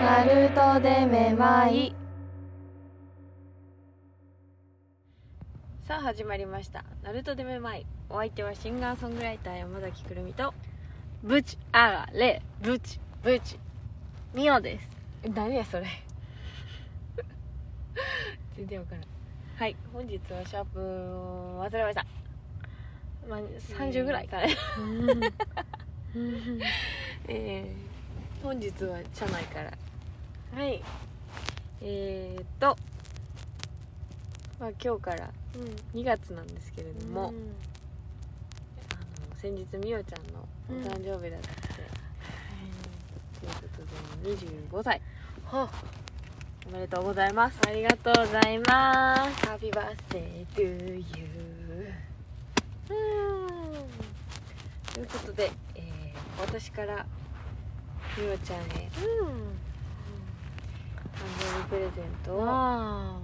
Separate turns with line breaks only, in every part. ナルトでめまい。
さあ始まりました「ナルトでめまい」お相手はシンガーソングライター山崎くるみと
ブチあがれブチブチミオです
え何やそれ 全然わからんはい本日はシャープ忘れました、まあ、30ぐらいから、えー本日は社内からはいえー、っとまあ今日から2月なんですけれども、あの先日みおちゃんのお誕生日だったので、ということで25歳
ほ
おめでとうございます
ありがとうございます
ハッピーバースデー to you ということで、えー私からみおちゃんへ誕生日プレゼントを買
わ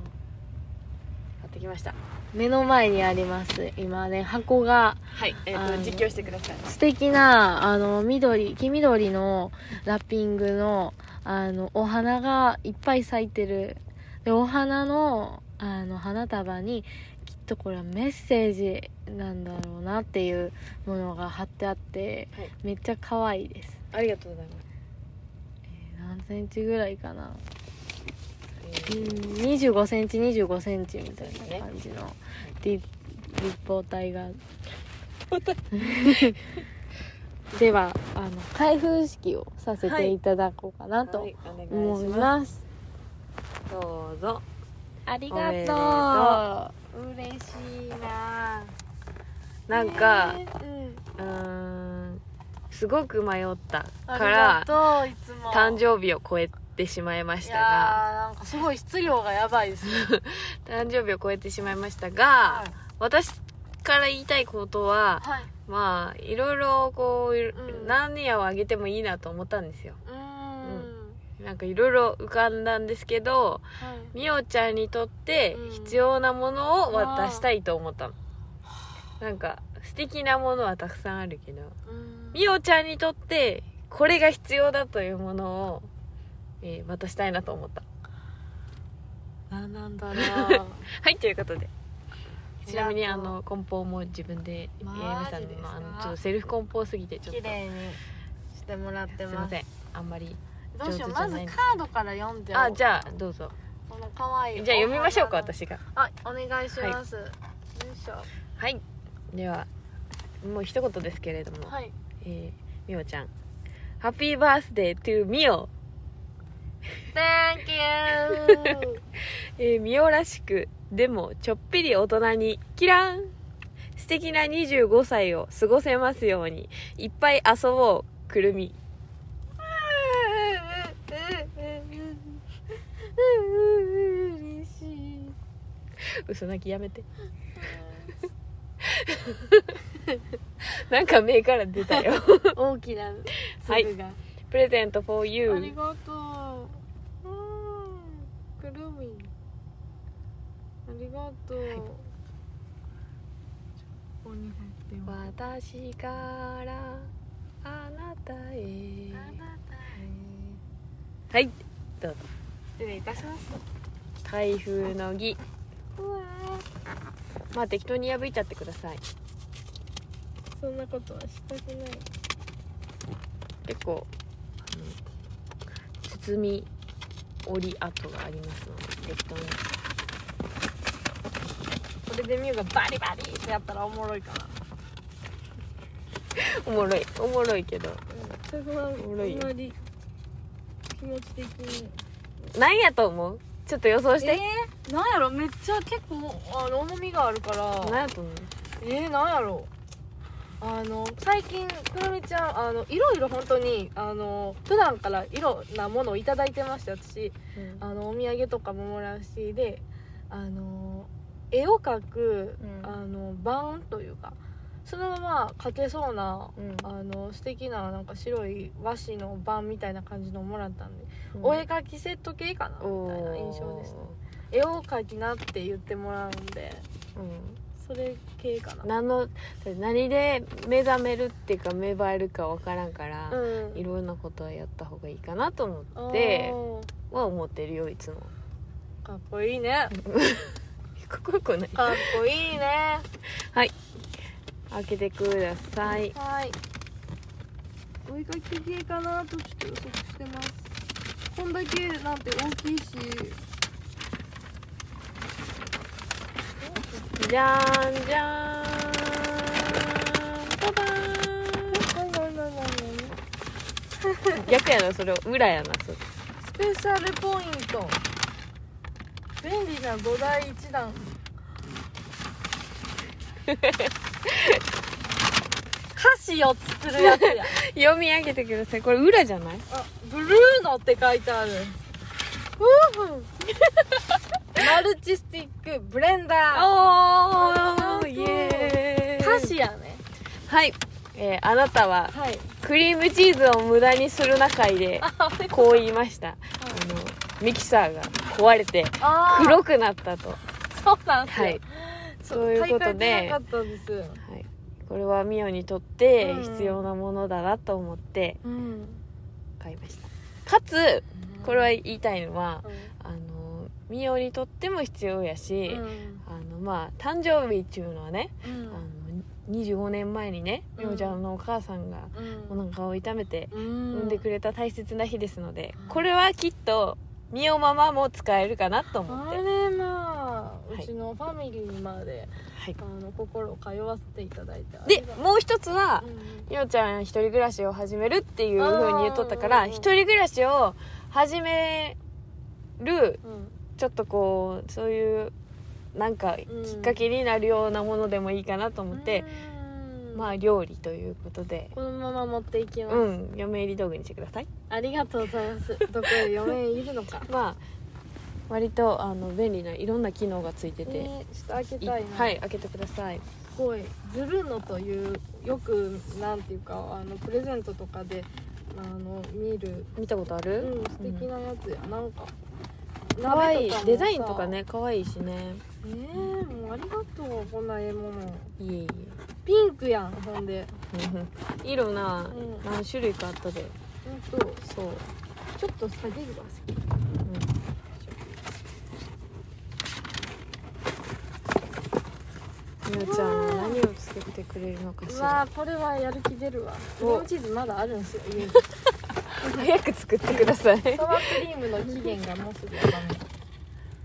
あ
ってきました
目の前にあります今ね箱が
はい、え
あ
ー、と
の
実況してください
素敵なあの緑黄緑のラッピングのあのお花がいっぱい咲いてるでお花のあの花束にきっとこれはメッセージなんだろうなっていうものが貼ってあって、
はい
めっちゃ可愛いです、
ありがとうございます、
えー何センチぐらいかな
え
うん
ー
25センチ25センチみたいな感じの立立方体がではあの開封式をさせていただこうかな
は
と
いお願い
思
し
い
ま
ます、
すどうぞ
あり
がとう
がとう嬉しいな
なんか、
ねうん
うーんすごく迷った
あ
か
り
ら
がとういつも
誕
日
生日を超えてしまいまし
い
た
やー
が
なんかすごい質量がやばいです ね
誕生日を超えてしまいましたが、私から言いたいことは
はい
まあいろいろこう、
うん
何夜をあげてもいいなと思ったんですよ
うーん、
なんかいろいろ浮かんだんですけど
はい
みおちゃんにとって
うん
必要なものを渡したいと思ったの、なんか素敵なものはたくさんあるけど
うーん
みおちゃんにとってこれが必要だというものを、えー渡したいなと思った
なんなんだ ろう
はいということでちなみに
あ
あ
りがとう
の梱包も自分でやり
マジ
ましたの
で
で
すか
まああのちょっとセルフ梱包すぎてちょっ
綺
と
麗にしてもらって
すい
ま
ますせんあんまり
どうしよう
上手
ま
じゃない
ず
んです
カードから読んで
あじ
ゃ
ゃあどうぞ
この可愛
じゃ
い
あ読みましょうか
お花の
私が
あお願いします、よいしょ
はいではもう一言ですけれども、
はい
えーみおちゃんハッピーバースデー to みお、
Thank you
えーみおらしくでもちょっぴり大人にキラン素敵な25歳を過ごせますようにいっぱい遊ぼうくるみ
嬉しい
嘘泣きやめてなんか目から出たよ
大きな
はい
粒が、
プレゼント for
あり
you
がとううんくるみありがとう、ここに入ってます
私からあな
あな
たへ
たへ
はい
失礼いたします
開封の儀
うわ
まあ適当に破いちゃってください
そんなことはしたくない
結構あの包み折り跡がありますので適当に
これでミュウがバリバリってやったらおもろいかな
おもろいおもろいけど
そこはあ
おもろいよ
んまり気持ち的に
何やと思うちょっと予想して、
えー、なんやろめっちゃ結構あの重みがあるから
何やと思う
えー、なんやろあの最近くるみちゃんあのいろいろ本当にあの普段からいろんなものをいただいてまして私あのお土産とかももらうしであの絵を描く、
うん
あのバウンというかそのまま描けそうな
うん
あの素敵ななんか白い和紙の版みたいな感じのをもらったんで、
うん
お絵描きセット系かなみ
お
たいな
ー
印象ですね絵を描きなって言ってもらうんで
う
それ系か
ん、何の何で目覚めるっていうか芽生えるか分からんから、
なうん
いろんなことはやった方がいいかなと思って
で
は思ってるよいつも
かっこいいね
かっこよくない
かっこいいね
開けてください
はい
追いかけ系かなとちょっと予測してますこんだけなんて大きいし
じゃーんじゃーんババーン逆やなそれ裏やなそれ
スペシャルポイント便利な5第1弾 歌詞を作るやつや
読み上げてくださいこれ裏じゃない
あブルーノって書いてあるマルチスティックブレンダー
おーイエーイ
歌詞やね
はい、えーあなたは
はい
クリームチーズを無駄にする中でこう言いました、あのミキサーが壊れて
あー
黒くなったと、は
そうなんですよ、
はい
そ
そういうこ
買替え
とで
てなかったんです
い、これはミオにとって
うん
必要なものだなと思って
うん
買いましたかつこれは言いたいのはあのミオにとっても必要や
う
し、
ん
あのまあ誕生日っていうのはね、
う
あ
ん
の25年前にね
うん
ミオちゃんのお母さんが
うん
お腹を痛めて
産
産んでくれた大切な日ですので、
うん
これはきっとみおママも使えるかなと思っ
あ
て、
れまあ
はいう
ちのファミリーにまで、
はい、
あの心を通わせていただいてあり
で
がとう
もう一つは
うん
みおちゃん一人暮らしを始めるっていう風に言っとったか
あ
ら
ーうんうん
一人暮らしを始める
うん
ちょっとこうそういうなんか
うん
きっかけになるようなものでもいいかなと思って、
うん
まあ料理ということで。
このまま持っていきます、
うん、嫁入り道具にしてください。
ありがとうございますどこへ嫁いるのか
まあ、割とあの便利ないろんな機能がついてて、
ねちょっと開け
い
たいな、
はい、開けてください。
すごいブルーノというよくなんていうかあのプレゼントとかであの見る、
見たことあ
う
る？
ん、素敵なやつや、なんか
可愛い
鍋とかもさ
デザインとかね可愛いしね
ねえもうありがとうこんなええもの
いえい
ピンクやんほんで
え色な、
うん
何種類かあったで
ほんと
そう、
ちょっと下げるわ好き
うん、みおちゃんは何をつけてくれるのかし
う
ら
わーこれはやる気出るわクリ
お
ームチーズまだあるんですよ家 に
早く作ってください
サワークリームの期限がもうすぐやばめ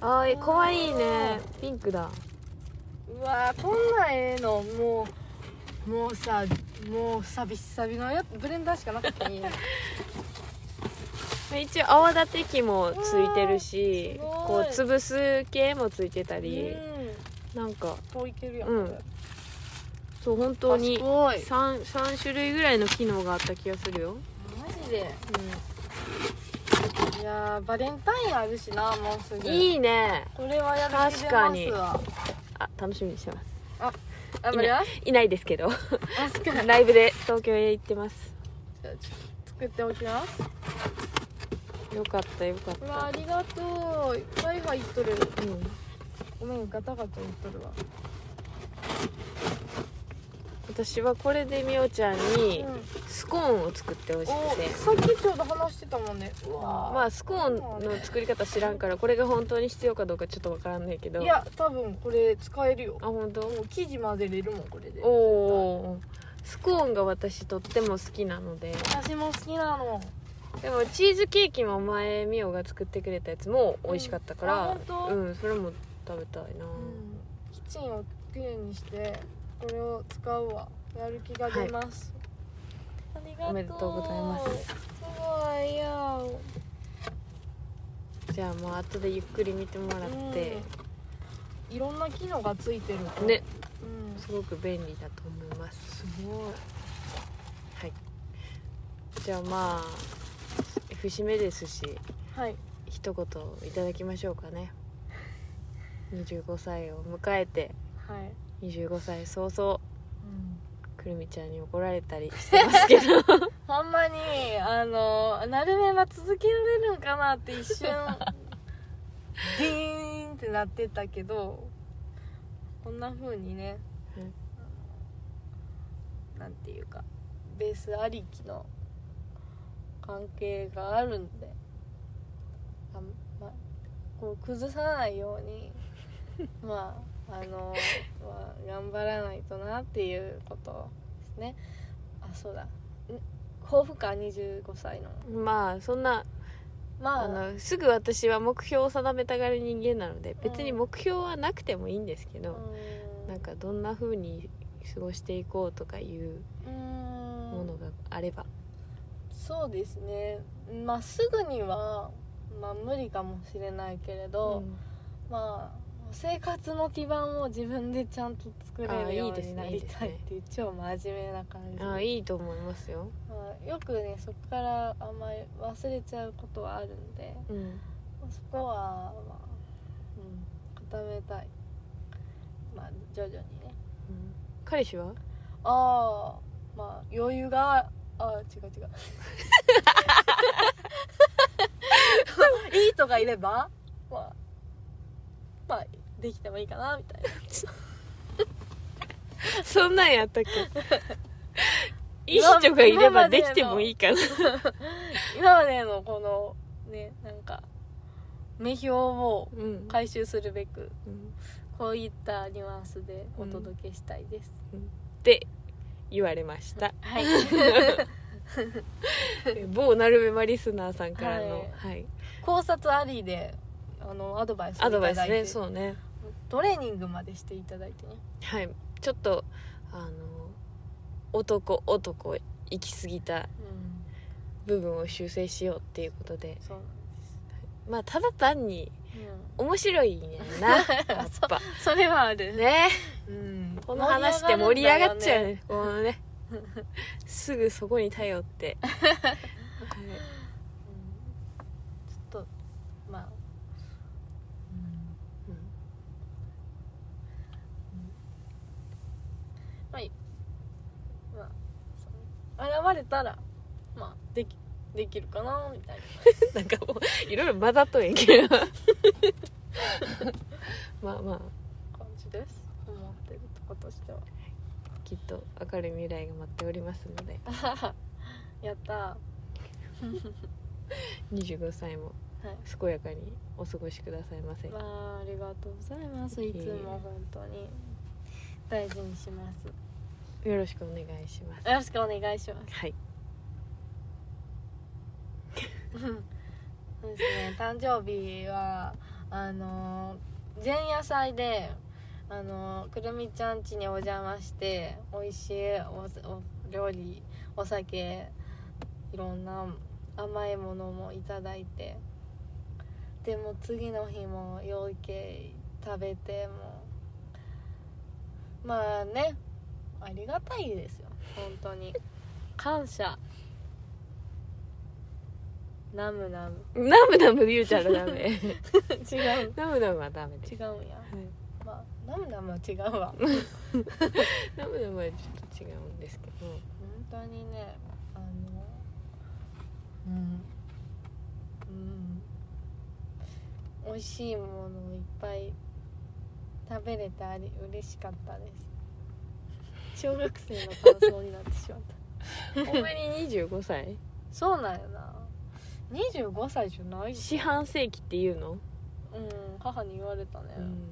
あーえ可愛いねピンクだ
うわーこんなんええのもうもうさもう寂しさびのやブレンダーしかなかったね
一応泡立て器もついてるし
わー
こう
す
潰す系もついてた
う
り
ん
なんか
こういけるやん、
うん
これ
そう本当に
賢い
3, 3種類ぐらいの機能があった気がするよ
マジで、いやーバレンタインあるしなもうすぐ
いいね
これはやる気出ますわ
あ楽しみにしてます
あこれ はあ
いないです けど
確かに
ライブで東京へ行ってます
じゃあちょっと作っておきます
よかったよかっ
うわあ
た
りがとういっぱい入っとる
うん
ごめんガタガタ言っとるわ
私はこれでみおちゃんに
う
スコーンを作ってほし
ん、お
くて
さっきちょうど話してたもんねうわー
まあスコーンの作り方知らんからこれが本当に必要かどうかちょっとわからないけど
いや多分これ使えるよ
あ本当
もう生地混ぜれるもんこれで
おおースコーンが私とっても好きなので
私も好きなの
でもチーズケーキも前みおが作ってくれたやつも美味しかったか
うん
ら
あ本
う
当
ん、それも食べたい
う
な、
んキッチンをきれいにしてこれを使うわやる気が出ます、ありがとう
おめでとうございます
ごいや
じゃあもう後でゆっくり見てもらって、
いろんな機能がついてるから
ね
うん
すごく便利だと思います
すごい
はいじゃあまあ節目ですし
はい
一言いただきましょうかね25歳を迎えて
はい、
25歳早々
うん
くるみちゃんに怒られたりしてま すけど
ほんまにあのなるめは続けられるんかなって一瞬ディーンってなってたけどこんな風にね、
うん
なんていうかベースありきの関係があるんであんまこう崩さないように まああの、まあ、頑張らないとなっていうことですねあそうだん抱負か25歳の
まあそんな
ま
あ
あ
のすぐ私は目標を定めたがる人間なので別に目標はなくてもいいんですけど、
うん
なんかどんな風に過ごしていこうとかいう
う
も
ん
のがあれば、
そうですねまあすぐには、まあ、無理かもしれないけれど、まあ生活の基盤を自分でちゃんと作れ
あー
るよ
いいうです
に
ね
なりたいっていう超真面目な感じ
ああいいと思いますよ、
まあよくねそこからあんまり忘れちゃうことはあるんで
うん、
まあそこは、まあうん、固めたいまあ徐々にね
彼氏は
ああまあ余裕があ違う違ういい人がいればまあまあできてもいいかなみたいな
そんなんやったっけ いい人がいればできてもいいかな
今までのこのねなんか目標を
うん
回収するべく
うん
こういったニュアンスでお届けしたいです、
って言われました
はい
某なるべまリスナーさんからの、はい
考察ありであのアドバイスを
ア
いた
ド
だい
バ
て
イスねそうね
トレーニングまでしていただいてね
はいちょっとあの男男行き過ぎた
うん
部分を修正しようっていうことで
そうなんです、
まあただ単に
うん
面白いねん なやっぱ
それはある
ね
うん
この話って盛り上がっちゃう
盛り上がるんだよね
ねこのねすぐそこに 頼って、はい
うんちょっとまあ
うん
まあそう現れたらまあできできるかなみたいな
なんかもういろいろ混ざっとんやけどまあまあ
感じです思ってるとことしては
きっと明るい未来が待っておりますので
やったーは
25歳も
い
健やかにお過ごしくださいませ、
まあありがとうございますいつも本当に大事にしますよ
よろしくお願いします
ろしくお願いします
はい
そうですね誕生日はあの前夜祭であのくるみちゃん家にお邪魔して美味しいおお料理お酒いろんな甘いものもいただいてでも次の日も養鶏食べてもうまあねありがたいですよ本当に感謝ナムナム
ナムナム言うちゃらダ メ
違う
ナムナムはダメです
違うんや
はい
まあナムナムは違うわ
ナムナムはちょっと違うんですけど
本当にねあのうんうん美味しいものをいっぱい食べれてあり嬉しかったです小学生の感想になってしまった
ほんまに25歳
そうなんやな25歳じゃないよ
四半世紀っていうの、
うん母に言われたね、
うん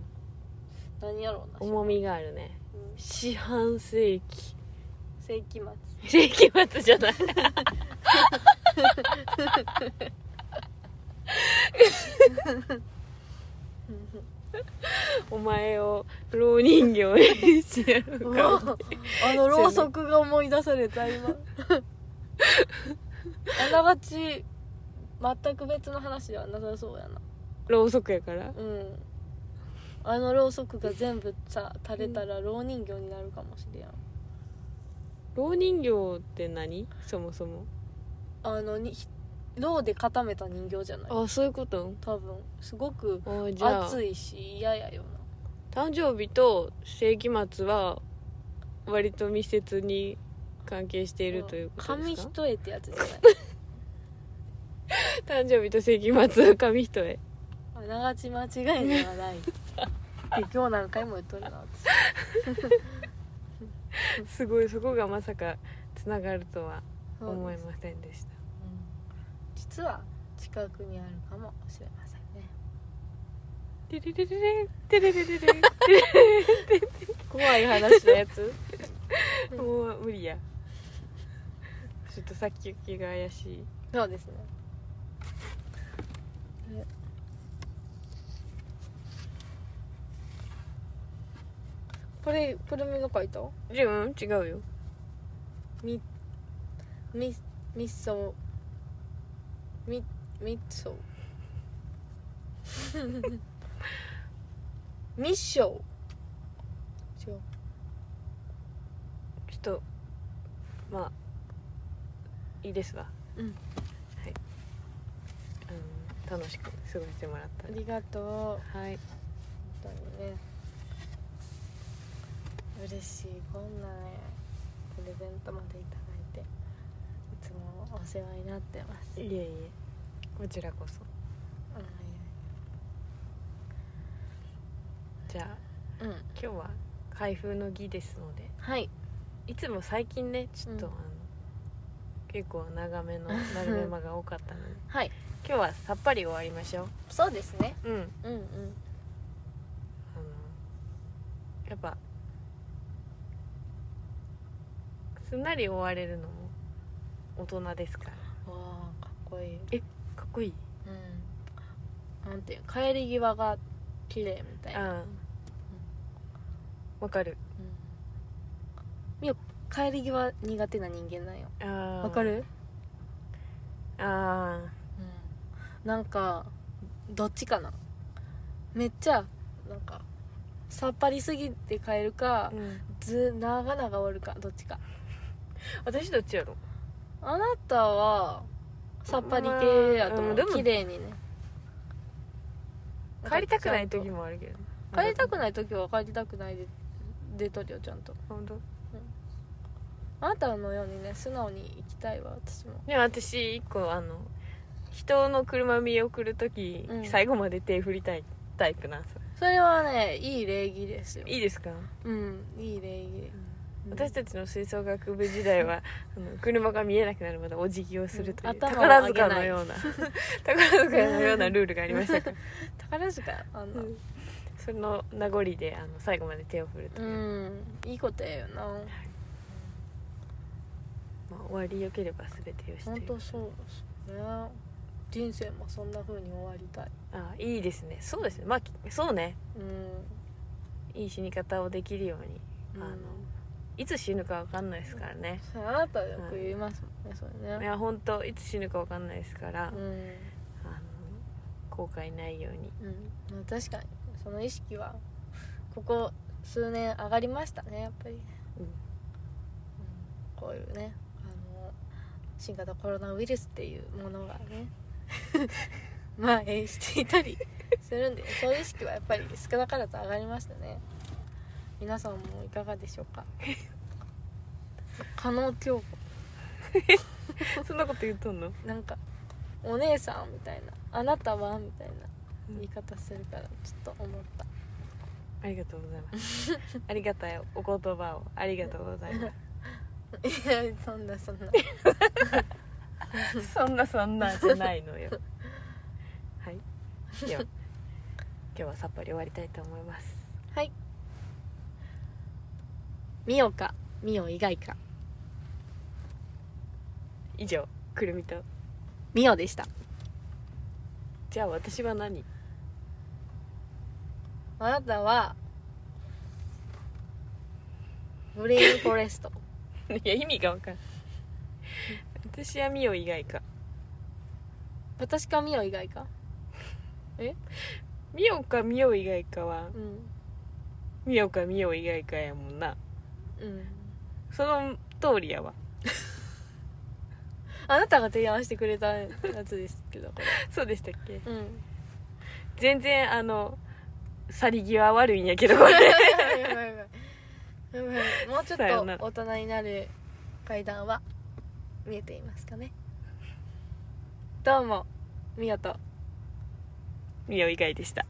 何やろうな
重、みがあるね
うん
四半世紀
世紀末
世紀末じゃ ないお前を老人形にしてやる
う
か
わあのろうそくが思い出された 今あながち全く別の話ではなさそうやな
ろうそくやから
うんあのろうそくが全部さ垂れたらろう人形になるかもしれん
老人形って何そもそも
あのにろうで固めた人形じゃない
あそういうこと
多分すごく
あじゃあ
熱いし嫌やよ
誕生日と世紀末は割と密接に関係してい
な
るということで
紙
すか
一重 ってやつじゃない
誕生日と世紀末は紙一重
ああながち間違いでは ないって今日何回も言っとるな私
すごいそこがまさかつながるとは
そうです
思いませんでした
うん実は近くにあるかもしれませんね
テレレレレンテレレレレ
怖い話のやつ
ンもう無理やちょっとさっき行きが怪しい
そうですねこれプルミが書いた
じゃあうん違うよ
ミスミッソーミミッ ソーミッショ ー違う
ちょっとまあいいですわ
うん
はいあの楽しく過ごしてもらった
あ
んで
りがとう
はい
本当にね嬉しいこんなねプレゼントまでいただいていつもお世話になってます、
いえいえこちらこそじゃあ
うんうん、
今日は開封の儀ですので
はい
いつも最近ねちょっと、
うん
あの結構長めのなるめまが多かったので
はい
今日はさっぱり終わりましょ
そうですね
ううんあの
うんうん
やっぱすんなり終われるのも大人ですから
わあかっこいい
かっこいい
うんなんていう帰り際が綺麗みたいな、
あわかる
うん、よ帰り際苦手な人間なんよ
あ
わかる、
あ
うん、なんかどっちかなめっちゃなんかさっぱりすぎて帰るか
ー、うん、
ず長々おるかどっちか
私どっちやろ
あなたはさっぱり系やと思
まあう
うん
でも
綺麗にね
帰りたくない時
も
もあるけど
帰りたくない時は帰りたくないで出とるよちゃんと
本当
あなたのようにね素直に行きたいわ私も
でも私一個あの人の車見送る時、
うん
最後まで手振りたいタイプなんですよ
それはねいい礼儀ですよ
いいですか、
うんいい礼儀、うん
私たちの吹奏楽部時 代はあの車が見えなくなるまでお辞儀をするとい
う
う、
ん頭を
宝
上げ
塚
な
の
い
ような 宝塚のようなルールがありました から
宝塚あんな
うんその名残であの最後まで手を振ると
う
いう、
んいいことやよな
まあ、終わりよければ全てよしと
本
いう
当そうですね人生もそんな風に終わりたい
あいいですねそうですねまあきそうね
うん
いい死に方をできるようにあのいつ死ぬか分かんないですからね、
そうあなたよく言いますもんねそれ
い
ね
や本当いつ死ぬか分かんないですから、
う
あの後悔ないように
ん、うんまあ、確かにその意識はここ数年上がりましたねやっぱりね、
うん
うんこういうねあの新型コロナウイルスっていうものがね 蔓延していたりするんでそういう意識はやっぱり少なからず上がりましたね皆さんもいかがでしょうか加納京子
そんなこと言っとんの
なんか「お姉さん」みたいな「あなたは?」みたいな
うん
言い方するからちょっと思った
ありがとうございますありがたいお言葉をありがとうござい
い
ま
やそんなそんな
す そんなそんなじゃないのよ はいでは今日はさっぱり終わりたいと思います
ミオかミオ以外か
以上くるみと
ミオでした
じゃあ私は何
あなたはグリーンフォレスト
いや意味が分かんない私はミオ以外か
私かミオ以外か
ミオかミオ以外かは
うん
ミオかミオ以外かやもんな
うん
その通りやわ
あなたが提案してくれたやつですけどこ
そうでしたっけ
れうん
全然あの去り際悪いんやけどこれ
やばいやばいやばいやばいもうちょ
さよな
っ
ら
と大人になる階段は見えていますかねどうもみよと
みお以外でした